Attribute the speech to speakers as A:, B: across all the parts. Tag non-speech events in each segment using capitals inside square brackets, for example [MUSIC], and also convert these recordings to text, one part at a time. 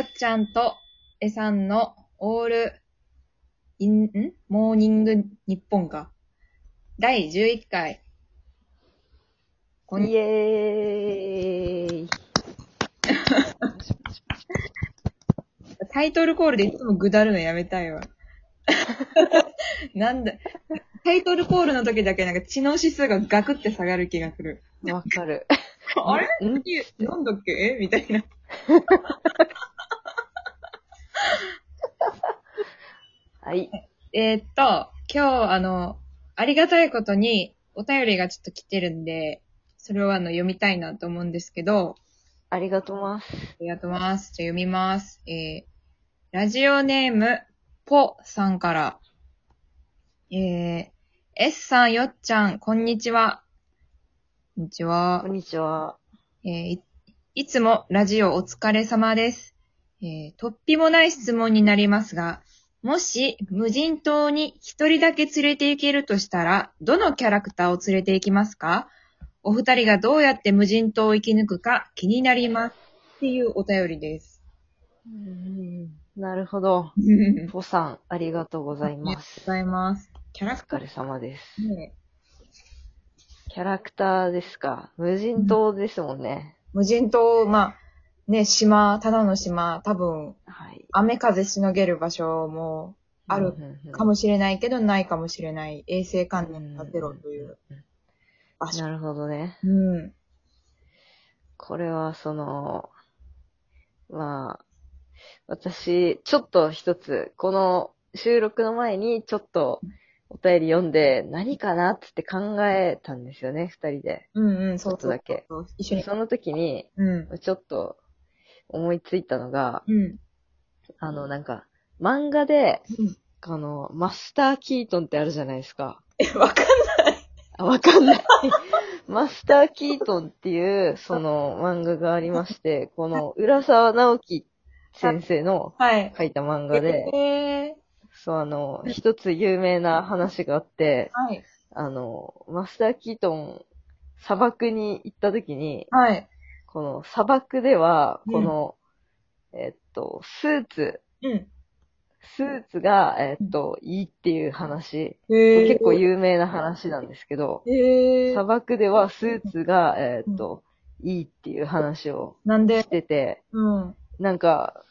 A: っちゃんとえさんのオールイン、んモーニング日本か。第11回。こん
B: イエーイ。
A: タイトルコールでいつもぐだるのやめたいわ。 [LAUGHS] なんだ、タイトルコールの時だけなんか知能指数がガクって下がる気がする。
B: わかる。
A: [LAUGHS] あれ
B: ん
A: なんだっけえみたいな。
B: はい。
A: えーっと、今日あの、ありがたいことにお便りがちょっと来てるんで、それをあの読みたいなと思うんですけど、
B: ありがとうます。
A: ありがとうございます。じゃあ読みます。えー、ラジオネーム、ぽさんから。えー、S さん、よっちゃん、こんにちは。こんにちは
B: こ。んにちは。
A: えーいいつもラジオお疲れ様です。えー突飛もない質問になりますが、もし無人島に一人だけ連れて行けるとしたら、どのキャラクターを連れて行きますかお二人がどうやって無人島を生き抜くか気になります。っていうお便りです。
B: うんなるほど。
A: ありがとう
B: ポさん、ありがとうござい
A: ご
B: ます。
A: ざいます。キャ
B: お
A: ラクタ
B: 疲
A: ー
B: れ様です。
A: ね、
B: キャラクターですか。無人島ですもんね。
A: 無人島、まあ、ね、島、ただの島、多分、
B: はい。
A: 雨風しのげる場所もある
B: うんうんうん
A: かもしれないけど、ないかもしれない。衛生観念がゼロという場所。
B: なるほどね。
A: うん。
B: これは、その、まあ、私、ちょっと一つ、この収録の前に、ちょっとお便り読んで、何かなっつって考えたんですよね、二人で。
A: うんうん、そうそ
B: ちょっと
A: う
B: だけ。
A: そう一緒に。
B: その時に、
A: うん。
B: ちょっと思いついたのが、
A: うん。
B: あの、なんか、漫画で、
A: うん
B: あの、マスター・キートンってあるじゃないですか。
A: え、わかん
B: あ、わかんない。 [LAUGHS] マスター・キートンっていう、その漫画がありまして、この、浦沢直樹先生の
A: はい。
B: 書いた漫画で、
A: えー、
B: そう、あの、一つ有名な話があって、
A: はい。
B: あの、マスター・キートン、砂漠に行った時に、
A: はい。
B: この砂漠では、
A: うん
B: この、えっと、スーツ、
A: うん。
B: スーツが、えっと、いいっていう話、
A: え
B: 結構有名な話なんですけど、
A: え
B: 砂
A: ー、
B: 漠ではスーツが、えっと、いいっていう話を
A: なんで
B: し、てて、
A: うん。うん。
B: なんか、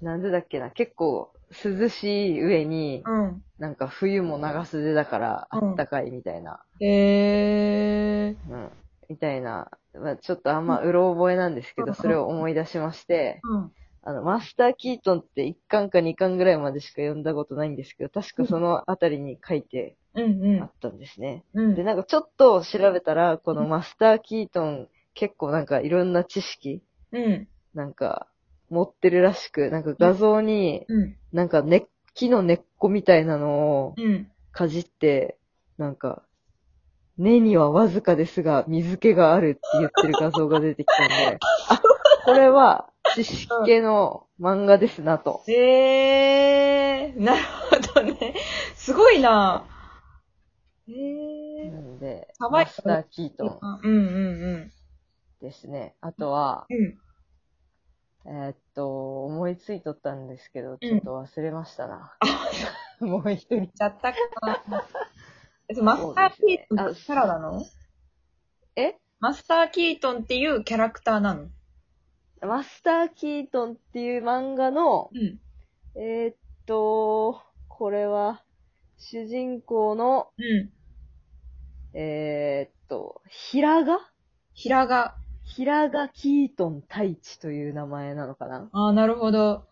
B: なんでだっけな、結構涼しい上に、なんか冬も長袖だからあ
A: うん
B: ったかいみたいな、
A: えー、
B: うん、みたいな、まあ、ちょっとあんまうろ覚えなんですけ
A: うん
B: ど、それを思い出しまして、
A: うん。
B: あの、マスター・キートンって1巻か2巻ぐらいまでしか読んだことないんですけど、確かそのあたりに書いて
A: うん
B: あったんですね。
A: うん。
B: で、なんかちょっと調べたら、このマスター・キートン結構なんかいろんな知識、
A: うん。
B: なんか持ってるらしく、なんか画像に、
A: うん。
B: なんか根っ木の根っこみたいなのを
A: うん。
B: かじって、なんか、根にはわずかですが、水気があるって言ってる画像が出てきたんで、
A: [LAUGHS]
B: あ、これは知識系の漫画ですなと。
A: えー、な [LAUGHS] るほどね。すごいなえ
B: な
A: ー。
B: んで、
A: かわいい
B: マスター・キートン
A: うんうんうん。
B: ですね。あとは、
A: うん。
B: えーっと、思いついとったんですけど、
A: うん
B: ちょっと忘れましたな。もう一人。
A: ちゃ [LAUGHS] ったかな。えマスター・キートンってキャラなの
B: え
A: マスター・キートンっていうキャラクターなの
B: マスター・キートンっていう漫画の、
A: うん。
B: えーっと、これは、主人公の、
A: うん。
B: えーっと、平賀
A: 平が。
B: 平賀キートン太一という名前なのかな
A: ああ、なるほ [LAUGHS] ど。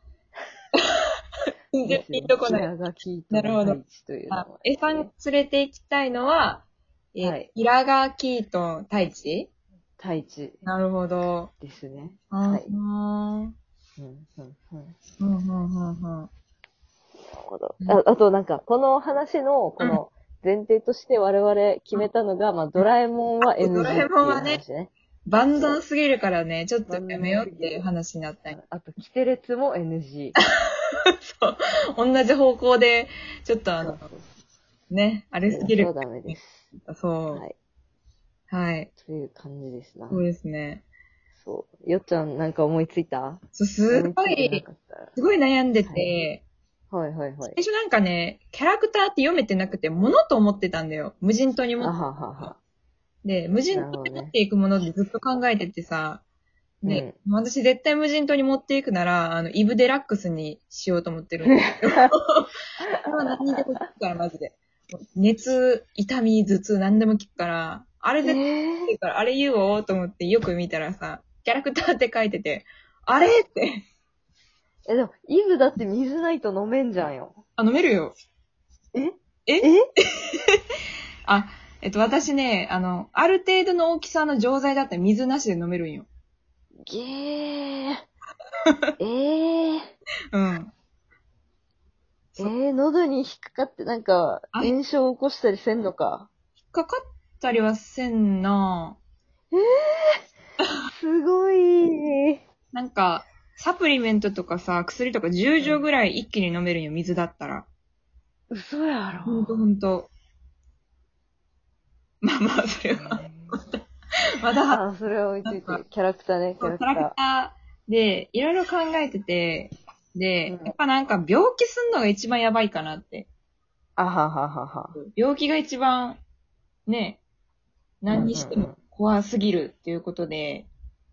A: 全然
B: です
A: ピ
B: ね
A: ンとこない。
B: 平賀キートン太一という名
A: あ
B: 前。
A: えさん連れて行きたいのは、えー
B: はい
A: 平賀キートン太一
B: 太一
A: なるほど。
B: ですね。
A: は
B: はいい。
A: うん、
B: うん、うん、うん。
A: うん、うん、うん。
B: なるほど
A: うん
B: ああとなんか、この話の、この前提として我々決めたのが、まあ、ドラえもんは NG
A: ドラえもんはね
B: っていう話ね。
A: 万能すぎるからね、ちょっとやめようっていう話になったんよ
B: あと、キテレツも NG。
A: そう。同じ方向で、ちょっとあの、ね、あれすぎる
B: そうダメです。
A: そう。
B: はい。
A: はい。
B: という感じですな。
A: そうですね。
B: そう。よっちゃんなんか思いついた
A: そう、すご、
B: 思つてないかった
A: すごい悩んでて、
B: はいはいはい。
A: 最初なんかね、キャラクターって読めてなくて、ものと思ってたんだよ。無人島に
B: あ
A: 持っ
B: ははは。
A: て、無人島に持っていくものってずっと考えててさ、
B: なるほどね
A: ね、私絶対無人島に持っていくなら、あの、イブデラックスにしようと思ってるんだけど。まあ何にでも効くから、マジで。熱、痛み、頭痛、何でも効くから、あれ
B: え
A: 絶対
B: ー
A: っていうから、あれ言おうと思ってよく見たらさ、キャラクターって書いてて、あれって、
B: え、でも、イブだって水ないと飲めんじゃんよ。
A: あ、飲めるよ。
B: え
A: え
B: え
A: [LAUGHS] あ、えっと、私ね、あの、ある程度の大きさの錠剤だったら水なしで飲めるんよ。
B: げ
A: [LAUGHS]
B: ー。えー。
A: うん。
B: えー、喉に引っかかってなんか、
A: あ
B: 炎症を起こしたりせんのか。
A: かかったりはせんな
B: すごい。
A: なんか、サプリメントとかさ、薬とか10錠ぐらい一気に飲めるんよ、水だったら。
B: 嘘や
A: ほんと
B: ろ。
A: ほんと。まあまあ、それは。まだ
B: あ、それは置いといて
A: なんか。
B: キャラクターね、キ
A: そ
B: ャ
A: うキ
B: ラク
A: ャラク
B: タ
A: ターで、いろいろ考えてて、で、
B: うん
A: やっぱなんか病気すんのが一番やばいかなって。
B: ー。あはははは。
A: 病気が一番、ね、何にして
B: うんうん
A: も怖すぎるっていうことで、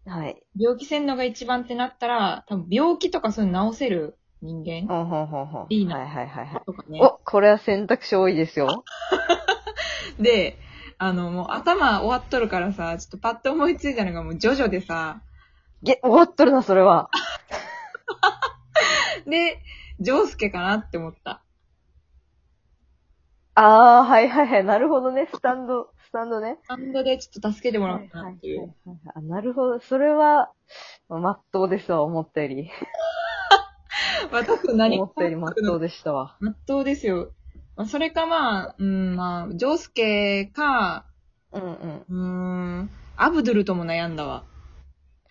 B: はい。
A: 病気せんのが一番ってなったら、多分病気とかそういうの治せる人間
B: ほんほんほんほん。
A: いいな
B: はいはいはいはい。
A: とかね。
B: お、これは選択肢多いですよ。
A: で、あの、もう頭終わっとるからさ、ちょっとパッと思いついたのがもうジョジョでさ、
B: げ、終わっとるな、それは。
A: で、ジョースケかなって思った。
B: あー、はいはいはい。なるほどね。スタンド、スタンドね。
A: スタンドでちょっと助けてもらったなっていう。
B: はいはいはいはいあなるほど。それは、まっとうですわ、思ったより。
A: 私何
B: 思ったよりまっとうでしたわ。
A: 納豆ですよ。まあ、それかまあ、うん、まあ、ジョースケか、
B: うんうん。
A: うーん、アブドゥルとも悩んだわ。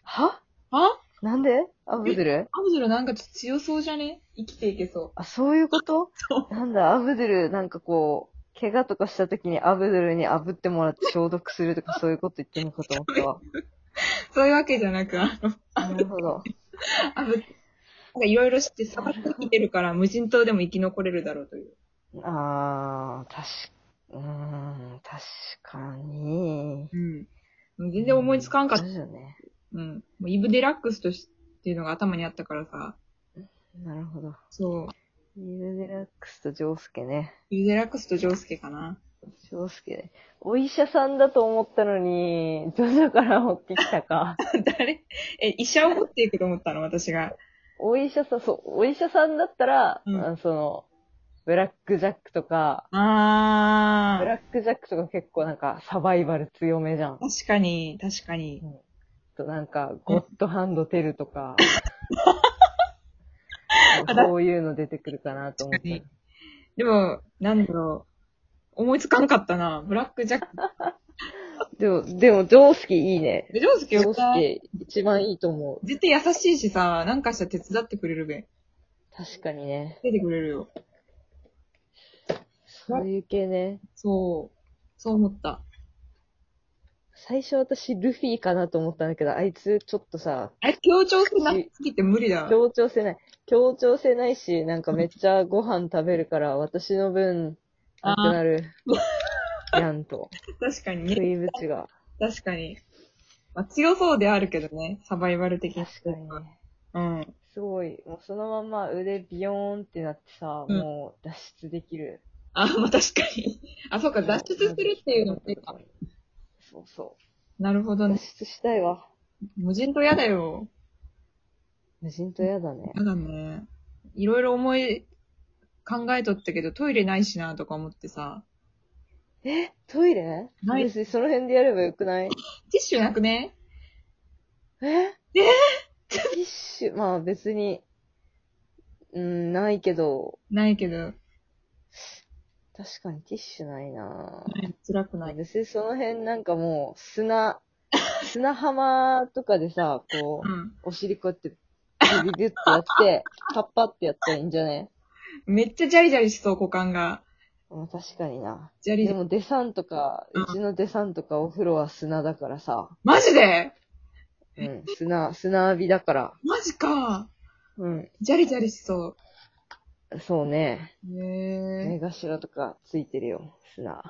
B: は
A: あ
B: なんでアブドゥル
A: アブドゥルなんかちょっと強そうじゃね生きていけそ
B: あ、そういうこと
A: そ
B: なんだ、アブドゥル、なんかこう、怪我とかした時にアブドゥルに炙ってもらって消毒するとかそういうこと言ってるのかと思ったわ。
A: う。そういうわけじゃなく、あの、
B: なるほど。
A: アブ、なんかいろいろ知って砂漠に生きてるから無人島でも生き残れるだろうという。
B: あー、確うーん、確かに。
A: うん。もう全然思いつかんかっ
B: そ
A: た。
B: うだよね。
A: うん。もうイブデラックスとしっていうのが頭にあったからさ。
B: なるほど。
A: そう。
B: ニルデラックスとジョウスケね。
A: イブデラックスとジョースケかな。 [LAUGHS]
B: ジョウスケね。お医者さんだと思ったのに、ジョジョから持ってき
A: [LAUGHS]
B: たか。
A: 誰え、医者を持っていくと思ったの、私が。
B: お医者さん、そう、お医者さんだったら、
A: うん
B: あのその、ブラックジャックとか、
A: あ
B: ブ
A: ー
B: ラッ。クジャックとか結構なんかサバイバル強めじゃん。
A: 確かに、確かに。
B: となんか、ゴッドハンドテルとか、そういうの出てくるかなと思っ
A: 確か
B: て
A: に。でも、なんだろう。思いつかんかったな。ブラックジャック。
B: でも、でも、ジョウスキいいね。
A: でジョースケ
B: ジョ
A: よ
B: ウスキ一番いいと思う。
A: 絶対優しいしさ、なんかしたら手伝ってくれるべ。
B: 確かにね。
A: 出てくれるよ。
B: そういう系ね。
A: そう。そう思った。
B: 最初私、ルフィかなと思ったんだけど、あいつちょっとさ、
A: あれ、協調性なすぎて無理だ。
B: 協調性ない。協調性ないし、なんかめっちゃご飯食べるから、私の分、なくなる。やんと。
A: 確かに
B: 食
A: ね。
B: いぶちが。
A: 確かに。まあ、強そうではあるけどね。サバイバル的に。
B: 確かにね。
A: うん。
B: すごい。もうそのまま腕ビヨーンってなってさ、
A: うん
B: もう脱出できる。
A: あ、まあ、確かに。あ、そうか。脱出するっていうのもいいか。
B: そうそ
A: なるほ
B: う。
A: どね。
B: 脱出したいわ。
A: 無人島嫌だよ。
B: 無人島やだね。
A: やだね。いろいろ思い、考えとったけど、トイレないしなとか思ってさ、
B: えトイレ
A: ない
B: 別にその辺でやればよくない
A: ティッシュなくね
B: ええティッシュ、まあ別に、うん、ないけど、
A: ないけど、
B: 確かにティッシュないなぁ
A: 辛くない。
B: 別にその辺なんかも
A: [LAUGHS]
B: う砂、砂浜とかでさ、こ
A: う
B: う、
A: ん。
B: お尻こうやって、ビビビュってや
A: [LAUGHS]
B: って、パッパってやったらいいんじゃね
A: めっちゃジャリジャリしそう、股間が。
B: まあ確かにな。
A: ジャリジ
B: で
A: ャリ。
B: もデサンとか、
A: うん
B: うちのデサンとかお風呂は砂だからさ。
A: マジで
B: うん、砂、砂浴びだから。
A: マジか。
B: うん、
A: ジャリジャリしそ
B: そうね。
A: う。へ
B: 目
A: え。
B: 頭とかついてるよ、砂。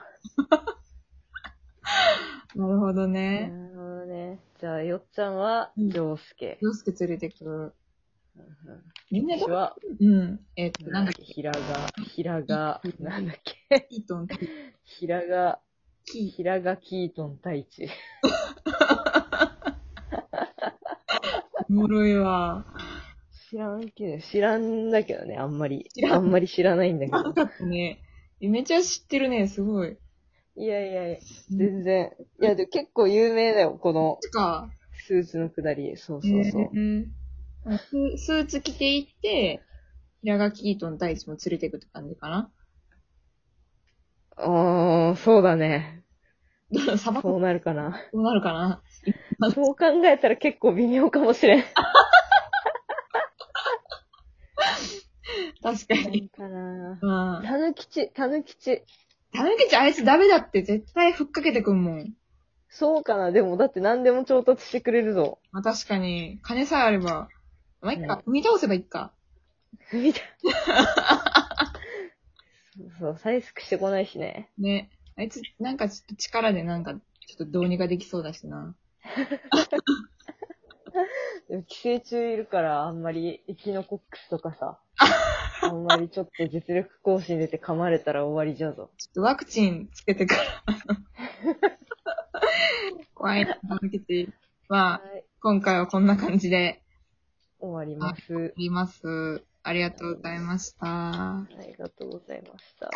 A: なるほど
B: な
A: ね。
B: るほどね。じゃあ、よっちゃんは、
A: うん
B: ジョウスケ。
A: 洋介連れてく。
B: うん
A: みんな
B: 私
A: ど、
B: は、
A: うん。えっと、なんだっけ、
B: ひらが、ひらが、
A: うん
B: なんだっけ、
A: キートン、
B: ひらが、
A: キ
B: ひらがキートン太一。
A: ー。おもろいわ。
B: 知らんけど、知らんだけどね、あんまり
A: 知。らん
B: あんまり知らないんだ
A: [LAUGHS]
B: け
A: あ、よ
B: ど。
A: かったね。えめちゃ知ってるね、すごい。
B: いやいやいや、
A: うん
B: 全然。いや、でも結構有名だよ、この
A: そっか。
B: スーツのくだり。そうそうそう。
A: んあススーツ着ていって、平賀キートン大地も連れてくって感じかな。 [LAUGHS]
B: あー、そうだね。
A: 砂漠
B: そう
A: こ
B: なるかな。
A: うなるかな。
B: そう考えたら結構微妙かもし
A: [LAUGHS]
B: れん。
A: 確かに。
B: かな
A: うん。
B: たぬきち、たぬきち。
A: たぬきちあいつダメだって絶対ふっかけてくんもん。
B: そうかな。でも、だって何でも調達してくれるぞ。
A: まあ確かに、金さえあれば。まあいっか、
B: う
A: 踏
B: ん
A: み倒せばいいか。
B: みたい
A: [LAUGHS]
B: な。そうそう、催促してこないしね。
A: ね。あいつ、なんかちょっと力でなんか、ちょっとどうにかできそうだしな。
B: でも寄生虫いるから、あんまり、エキノコックスとか [LAUGHS] さ。あんまりちょっと実力更新出て噛まれたら終わりじゃぞ。
A: ちょっとワクチンつけてから。怖いな、たぬきち。まあ
B: は、い。
A: 今回はこんな感じで。
B: 終わります
A: あ。ります。ありがとうございました。
B: ありがとうございました。